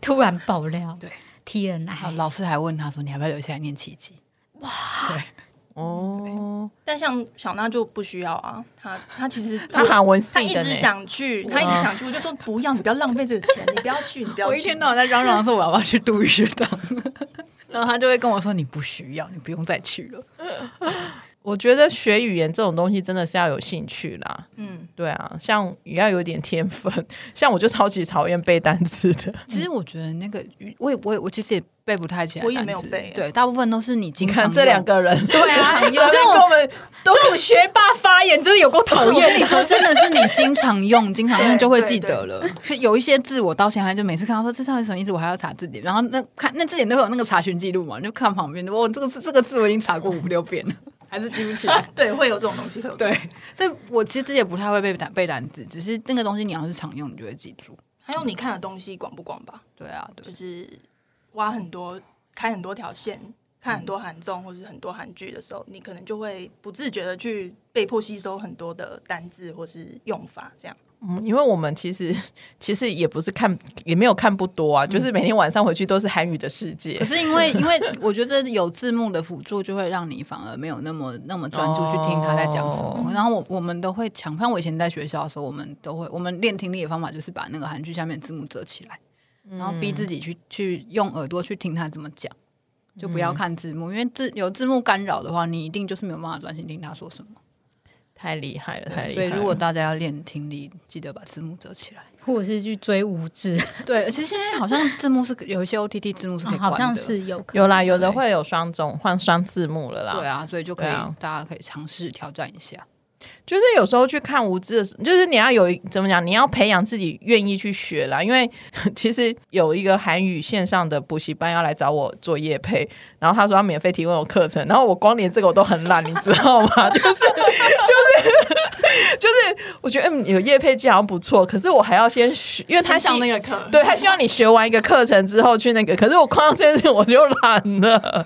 突然爆料，
对啊，
TNI，
老师还问他说：“你要不要留下来念奇迹
哦，
但像小娜就不需要啊，她她其 实
他韩文
他
系
一
的
直
呢。
想去，他一直想去，我就说不要，你不要浪费这个钱，你不要去，你不？”要
嗯我
去。
一天到晚在嚷嚷说我要不要去读语学堂， 然后他就会跟我说：“你不需要，你不用再去了。
我觉得学语言这种东西真的是要有兴趣啦。
嗯，
对啊，像也要有点天分。 像我就超级讨厌背单词的，
其实我觉得那个，我也我也我其实也背不太起来，
嗯我也没有背啊
对，大部分都是你
你
经常
看这两个人，
对啊，有
这
这
种
种
我们都
这种学霸发言真的有够讨
我
厌
跟你说，真的是你经常用，经常用就会记得
对
了。是有一些字，我到现在就每次看到说这到底什么意思，我还要查字典。然后那看那字典都会有那个查询记录嘛，你就看旁边，我这个字这个字我已经查过五六遍了，还是记不起来。
对，会有这种东西，会有这种
对，所以我其实自己也不太会背单背单字，只是那个东西你要是常用，你就会记住。
还有你看的东西广不广吧，
对啊，对
就，是挖很多、开很多条线、看很多韩综或是很多韩剧的时候，你可能就会不自觉的去被迫吸收很多的单字或是用法，这样。
嗯，因为我们其实其实也不是看，也没有看不多啊，就是每天晚上回去都是韩语的世界
嗯可。是因为因为我觉得有字幕的辅助，就会让你反而没有那么那么专注去听他在讲什么。
哦
然后我我们都会强，像我以前在学校的时候，我们都会我们练听力的方法就是把那个韩剧下面的字幕遮起来，然后逼自
嗯
己去去用耳朵去听他怎么讲。就不
嗯
要看字幕，因为字有字幕干扰的话，你一定就是没有办法专心听他说什么。
太厉害了，
对
太厉
所
害
以
了！
如果大家要练听力，记得把字幕遮起来。
或者是去追无知，
对，其实现在好像字幕是有一些 OTT 字幕是可以关的，
啊好像是有可能
有啦，有的会有双种换双字幕了啦。
对啊，所以就可以、
对啊
大家可以尝试挑战一下。
就是有时候去看无知的时候，就是你要有一怎么讲，你要培养自己愿意去学啦。因为其实有一个韩语线上的补习班要来找我做业配，然后他说要免费提供我课程，然后我光连这个我都很懒，你知道吗？ 就是就是就是，我觉得嗯有业配技好像不错，可是我还要先学，因为他希
上那个课，
对他希望你学完一个课程之后去那个，可是我看到这件事情我就懒了。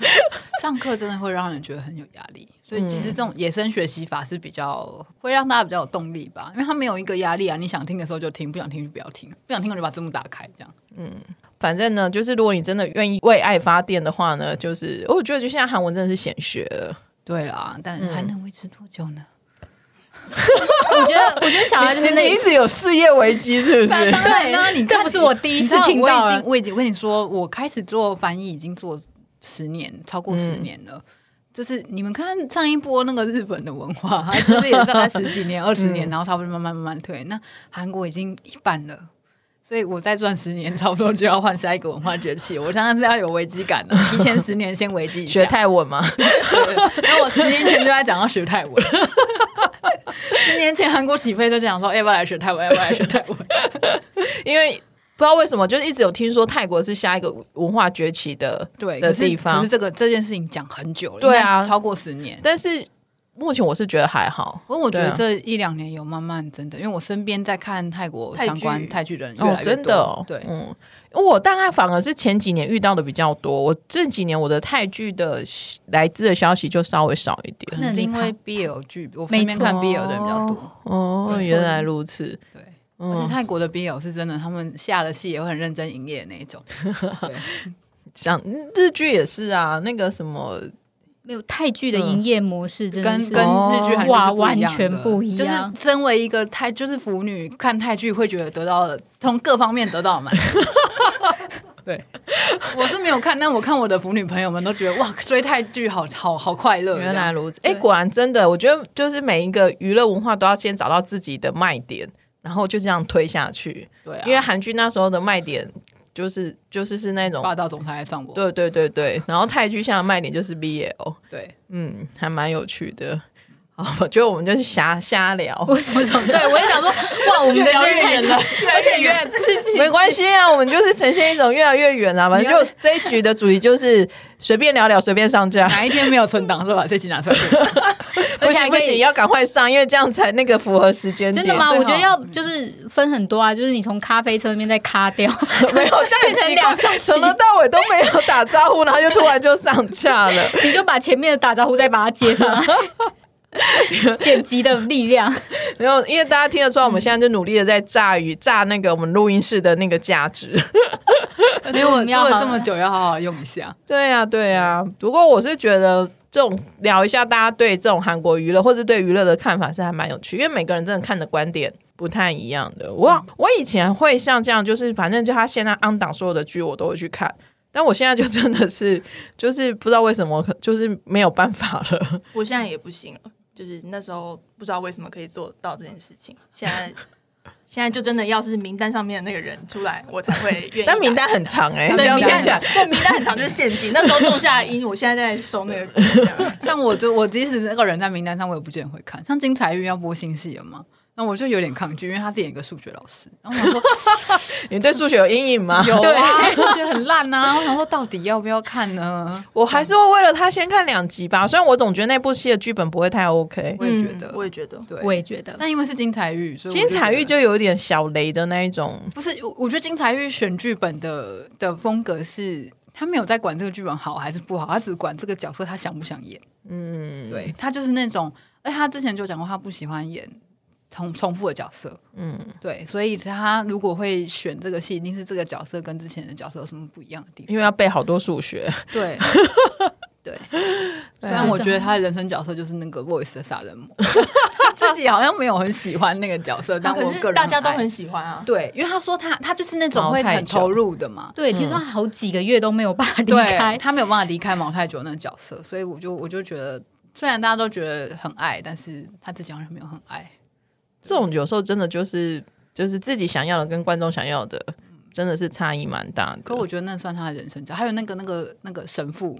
上课真的会让人觉得很有压力，所以其
嗯
实这种野生学习法是比较会让大家比较有动力吧，因为他没有一个压力啊，你想听的时候就听，不想听就不要听，不想听我就把字幕打开，这样
反正呢，就是如果你真的愿意为爱发电的话呢，就是哦我觉得就现在韩文真的是显学了。
对啦，但还能维持多久呢？
我觉得，我觉得小孩就
你
是那
你一直有事业危机 是不是？
对那你
这不是我第一次听
我
到
已
了
经，我已经我跟你说，我开始做翻译已经做十年，超过十年了。就是你们看上一波那个日本的文化，它就是也是大概十几年、二十年，然后差不多慢慢慢慢退。那韩国已经一半了。所以我再赚十年，差不多就要换下一个文化崛起。我当然是要有危机感的，提前十年先危机一下。
学泰文吗？
对那我十年前就在讲要学泰文， 十年前韩国起飞就讲说，哎要不要来学泰文？要不要来学泰文？
因为不知道为什么，就是一直有听说泰国是下一个文化崛起的
对
的
可是
地
可
方
是，这个这件事情讲很久了，
对啊
应该超过十年。
但是目前我是觉得还好。
不过我觉
对
得
啊
这一两年有慢慢真的，因为我身边在看泰国相
泰
关
剧
泰剧的人越来越，
哦
多，
真的、哦，
对，
嗯，我大概反而是前几年遇到的比较多，我这几年我的泰剧的来自的消息就稍微少一
可
点。
能是因为 BL 剧，我身边看 BL 的人比较多，
哦，
对
原来如此，
对。而且
嗯，
泰国的 BL 是真的，他们下了戏也会很认真营业的那一种。对，
像嗯日剧也是啊，那个什么
没有泰剧的营业模式，真的
跟
是
跟日剧、韩剧是不一样的
哇完全不一样
哦 就是身为一个泰，就是腐女看泰剧会觉得得到了从各方面得到了满足。
对，
我是没有看，但我看我的腐女朋友们都觉得哇，追泰剧好好好快乐。
原来如此，哎、
对
果然真的，我觉得就是每一个娱乐文化都要先找到自己的卖点，然后就这样推下去。
对啊，
因为韩剧那时候的卖点就是就是是那种，
霸道总裁来上我。
对对对对，然后泰剧现在的卖点就是 BL，
对，
嗯，还蛮有趣的。好，我觉得我们就是瞎瞎聊，
为什么什么？对我也想说，哇，我们的这一太， 而且原来不是自己
没关系 啊，我们就是呈现一种越来越远啊，反正就这一局的主题就是随便聊聊，随便上架。
哪一天没有存档，是把这集拿出来听。
不
而且还
行不
可以
行，要赶快上，因为这样才那个符合时间
真
点。
的吗？
对哦
我觉得要就是分很多啊，就是你从咖啡车那边再咖掉，
没有，这样很奇
变成
怪，从头到尾都没有打 招呼，然后就突然就上架了。
你就把前面的打招呼再把它接上 来。剪辑的力量，
然后，因为大家听得出来，我们现在就努力的在炸鱼，炸那个我们录音室的那个价值。
没
没有我做了这么，久，要好好用一下。
对呀、对呀、不过我是觉得。这种聊一下，大家对这种韩国娱乐或是对娱乐的看法是还蛮有趣，因为每个人真的看的观点不太一样的。
嗯
我我以前会像这样，就是反正就他现在 on 档所有的剧我都会去看，但我现在就真的是就是不知道为什么，就是没有办法了。
我现在也不行了，就是那时候不知道为什么可以做到这件事情。现在现在就真的要是名单上面的那个人出来，我才会愿 意。
但名单很长哎、 这样
名
听
单
起来
很，不名单很长，就是陷阱。那时候种下因，我现在在收那个果这样。
像我就我即使那个人在名单上，我也不见得会看。像金彩玉要播新戏了嘛，那我就有点抗拒，因为他是演一个数学老师，然后我想 说
你对数学有阴影吗？
有啊，数学很烂呐、啊，我想说到底要不要看呢？
我还是会为了他先看两集吧，虽然我总觉得那部戏的剧本不会太 OK。
我也觉得，
嗯我也觉得，
对，
我也觉得。
但因为是金彩玉，所以我
金
觉
彩玉
得
就有点小雷的那一种，
不是，我我觉得金彩玉选剧本的的风格是，他没有在管这个剧本好还是不好，他只管这个角色他想不想演。
嗯，
对，他就是那种，而他之前就讲过他不喜欢演重重复的角色，
嗯，
对，所以他如果会选这个戏，一定是这个角色跟之前的角色有什么不一样的地方。
因为要背好多数学，
对。对，虽然我觉得他的人生角色就是那个 voice 的杀人魔， 自己好像没有很喜欢那个角色，但我
啊可
个
是
人
大家都
爱
很喜欢啊。
对，因为他说他他就是那种
毛
会
太
很
久
投入的嘛，
对，听说他好几个月都没有办法离
对
开，
他没有办法离开毛太久那个角色，所以我就我就觉得，虽然大家都觉得很爱，但是他自己好像没有很爱。
这种有时候真的就是就是自己想要的跟观众想要的真的是差异蛮大的。
可我觉得那算他的人生角，还有那个那个那个神父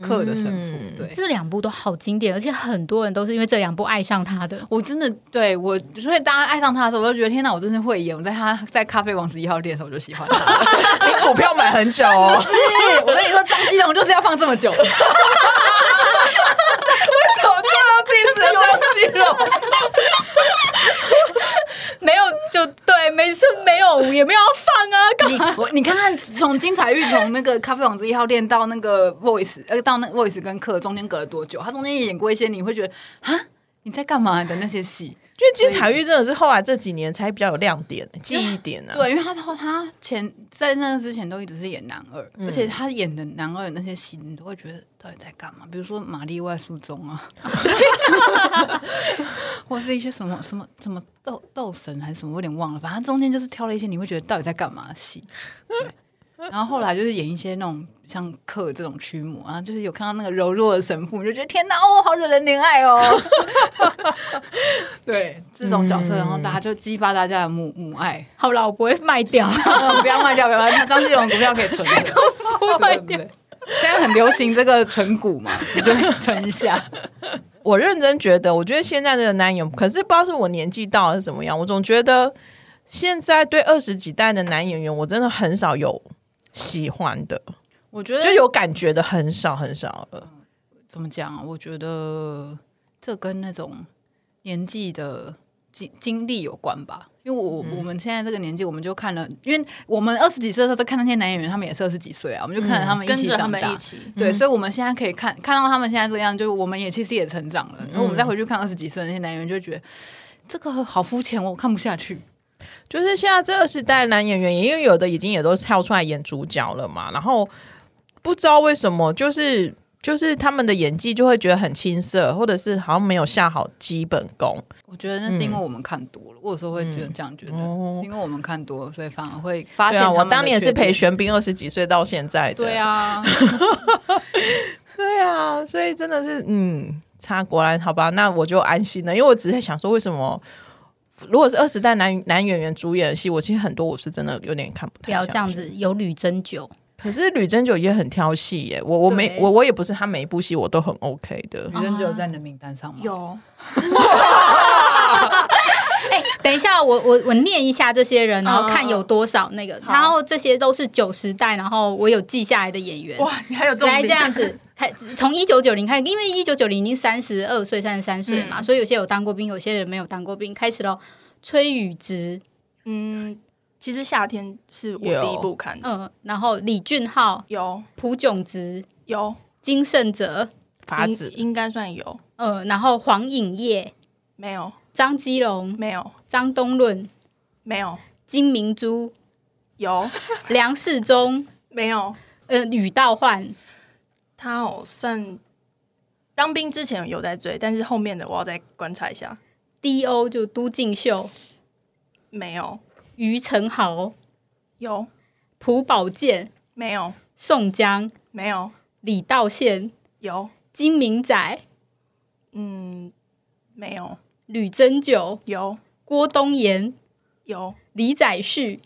克的神父，
嗯
对。
这两部都好经典，而且很多人都是因为这两部爱上他的。
我真的对我，所以大家爱上他的时候，我就觉得天哪，我真是慧眼！我在他在咖啡王子一号店的时候，我就喜欢他 了。
你哎股票买很久哦，
我跟你说，张基龙就是要放这么久，
手做到第十张 肌肉。
没有就对，没事没有也没有要放 啊，干
你我你看看，从金彩玉从那个咖啡王子一号店到那个 Voice，呃，到那 Voice 跟克中间隔了多久？他中间也演过一些你会觉得啊，你在干嘛的那些戏？
因为金彩玉真的是后来这几年才比较有亮点、记忆点啊。，
对，因为他说他前在那之前都一直是演男二，而且他演的男二那些戏，你都会觉得到底在干嘛？比如说《玛丽外书中》啊，或是一些什么什么什么斗斗神还是什么，我有点忘了。反正他中间就是挑了一些你会觉得到底在干嘛的戏。对然后后来就是演一些那种像克这种驱魔，然后就是有看到那个柔弱的神父，你就觉得天哪哦，好惹人怜爱哦。对，这种角色，然后大家就激发大家的母母爱。
好了，我不会卖掉，
啊
哦不要卖掉，不要卖掉，张志勇股票可以存 的，
不卖
对不
掉。
对？现在很流行这个存股 嘛，你就存一下。
我认真觉得，我觉得现在的男演，可是不知道是我年纪到了是怎么样，我总觉得现在对二十几代的男演员，我真的很少有喜欢的，
我觉得
就有感觉的很少很少了。
怎么讲啊？我觉得这跟那种年纪的经经历有关吧。因为我、我们现在这个年纪，我们就看了，因为我们二十几岁的时候在看那些男演员，他们也是二十几岁啊，我们就看着他们一
跟
起嗯
着他
长
们
大
一。起，
对，所以我们现在可以看看到他们现在这个样，就是我们也其实也成长了。然后我们再回去看二十几岁的那些男演员，就会觉得这个好肤浅哦，我看不下去。
就是现在这二十代的男演员，因为有的已经也都跳出来演主角了嘛，然后不知道为什么，就是就是他们的演技就会觉得很青涩，或者是好像没有下好基本功。
我觉得那是因为我们看多了，我有时候会觉得这样觉得，
嗯哦
是因为我们看多了，所以反而会发
对
现、
啊，我当年是陪。玄彬二十几岁到现在的。
对 啊，
对啊，所以真的是，嗯，差果然好吧，那我就安心了，因为我只是在想说，为什么如果是二十代男男演员主演的戏，我其实很多我是真的有点看不
不
太
要
下
这样
去。
子，有吕针灸。
可是吕珍九也很挑戏耶，我我没
对
我我也不是他每一部戏我都很 OK 的
女，生只有在你的名单上吗？
有
哎、等一下，我我我念一下这些人，然后看有多少那个，然后这些都是九十代，然后我有记下来的演员。
哇，你还有这种
来
名
这样子，他从一九九零开始，因为一九九零已经三十二岁、三十三岁嘛，所以有些有当过兵，有些人没有当过兵。开始喽，崔宇植，
嗯， 其实夏天是我
有
第一部看的，
嗯、然后李俊浩、
有
朴炯植、
有
金圣哲，
法
应
子
应该算有，
嗯、然后黄颖烨、
没有
张基龙、
没有
张东润、
没有
金明珠、
有
梁世忠，
没有，
呃，吕道焕，
他哦算当兵之前有在追，但是后面的我要再观察一下，
D.O. 就都敬秀、
没有
于承豪、
有
朴宝剑、
没有
宋江、
没有
李道宪、
有，
金明仔、
嗯，没有，
吕珍九、
有
郭东延、
有
李宰旭。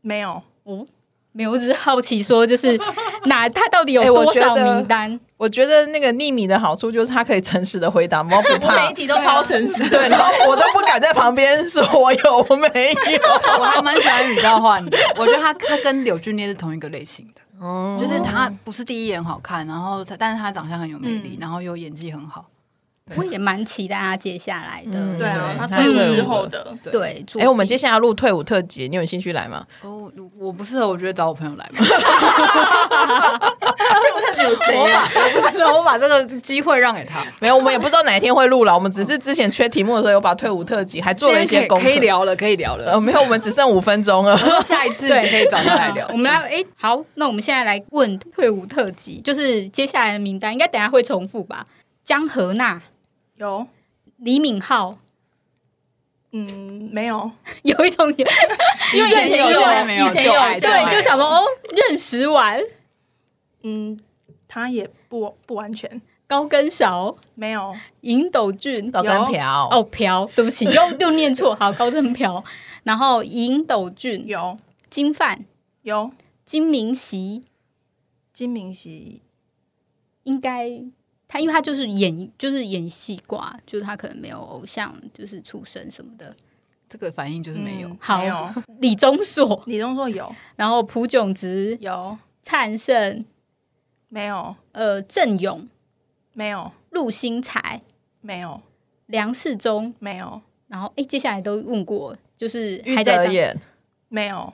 没有？
哦，没有，我只是好奇说， 就是哪他到底有
哎我
多
觉
少
得
名单？
我觉得那个匿名的好处就是他可以诚实的回答，猫不
我每
怕
一。题都超诚实，
对，然后我都不敢在旁边说我有我没有。
我还蛮喜欢宇兆焕的，我觉得他他跟柳俊烈是同一个类型的，
哦
就是他不是第一眼好看，然后他但是他长相很有魅力，然后又演技很好。
我也蛮期待他接下来的。
嗯
对啊，
对
他
他
退伍
退伍
之
了
后的
对
对，作
哎，我们
品。
接下来要录退伍特辑，你有兴趣来吗？
哦，我我不适合，我觉得找我朋友 来吧。
有谁
我把我不是我把这个机会让给他，
没有，我们也不知道哪一天会录了。我们只是之前缺题目的时候有把退伍特辑，还做了一些
今天可以
功课。
可以聊了，可以聊了
呃，。没有，我们只剩五分钟了。
下一次你可以找他来聊
我们来，哎、好，那我们现在来问退伍特辑，就是接下来的名单，应该等一下会重复吧？江河娜、
有？
李敏镐，
嗯，没有，
有一种 也
因为
以前有
以
现
在没有
前
旧爱
有，
旧爱
对，就想说哦，认识完
嗯，他也不不完全
高跟勺、
没有，
尹斗俊、
高跟瓢，
哦朴，对不起，又又念错，好高跟朴，然后尹斗俊、
有
金范、
有
金明熙，
金明喜
应该他因为他就是演就是演戏挂，就是他可能没有偶像就是出身什么的。
这个反
嗯
应就是没有。
好
嗯没有，
李钟硕，
李钟硕 有
然后朴炯植、
有
灿盛、
没有
呃郑勇、
没有
陆星材、
没有
梁世忠，
没有
然后哎，接下来都问过，就是
玉
还在
泽
当，
演
没有，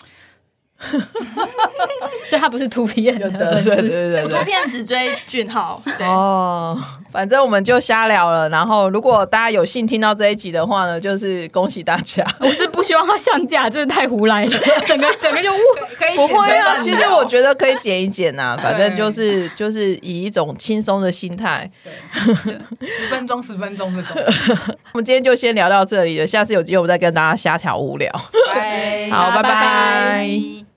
所以他不是图片
有
的
的，
粉
对对
丝。
对对
图
对。
片只追俊浩，对，
哦， 反正我们就瞎聊了。然后，如果大家有幸听到这一集的话呢，就是恭喜大家。
我是不希望他上架，真的太胡来了，整个整个就误
可以
不会
剪
啊，
成
其实我觉得可以剪一剪呐、反正就是就是以一种轻松的心态。
十分钟，十分钟 这种。
我们今天就先聊到这里了，下次有机会我们再跟大家瞎聊无聊。
拜
好拜拜
拜